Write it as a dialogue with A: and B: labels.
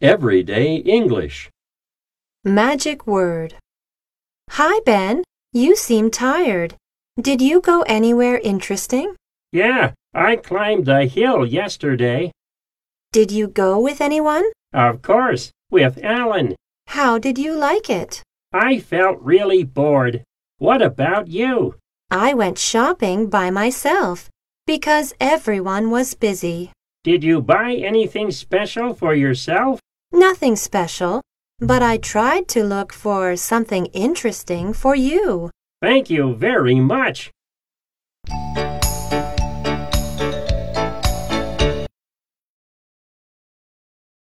A: Everyday English.
B: Magic word. Hi, Ben. You seem tired. Did you go anywhere interesting?
A: Yeah, I climbed a hill yesterday.
B: Did you go with anyone?
A: Of course, with Alan.
B: How did you like it?
A: I felt really bored. What about you?
B: I went shopping by myself because everyone was busy.
A: Did you buy anything special for yourself?
B: Nothing special, but I tried to look for something interesting for you.
A: Thank you very much.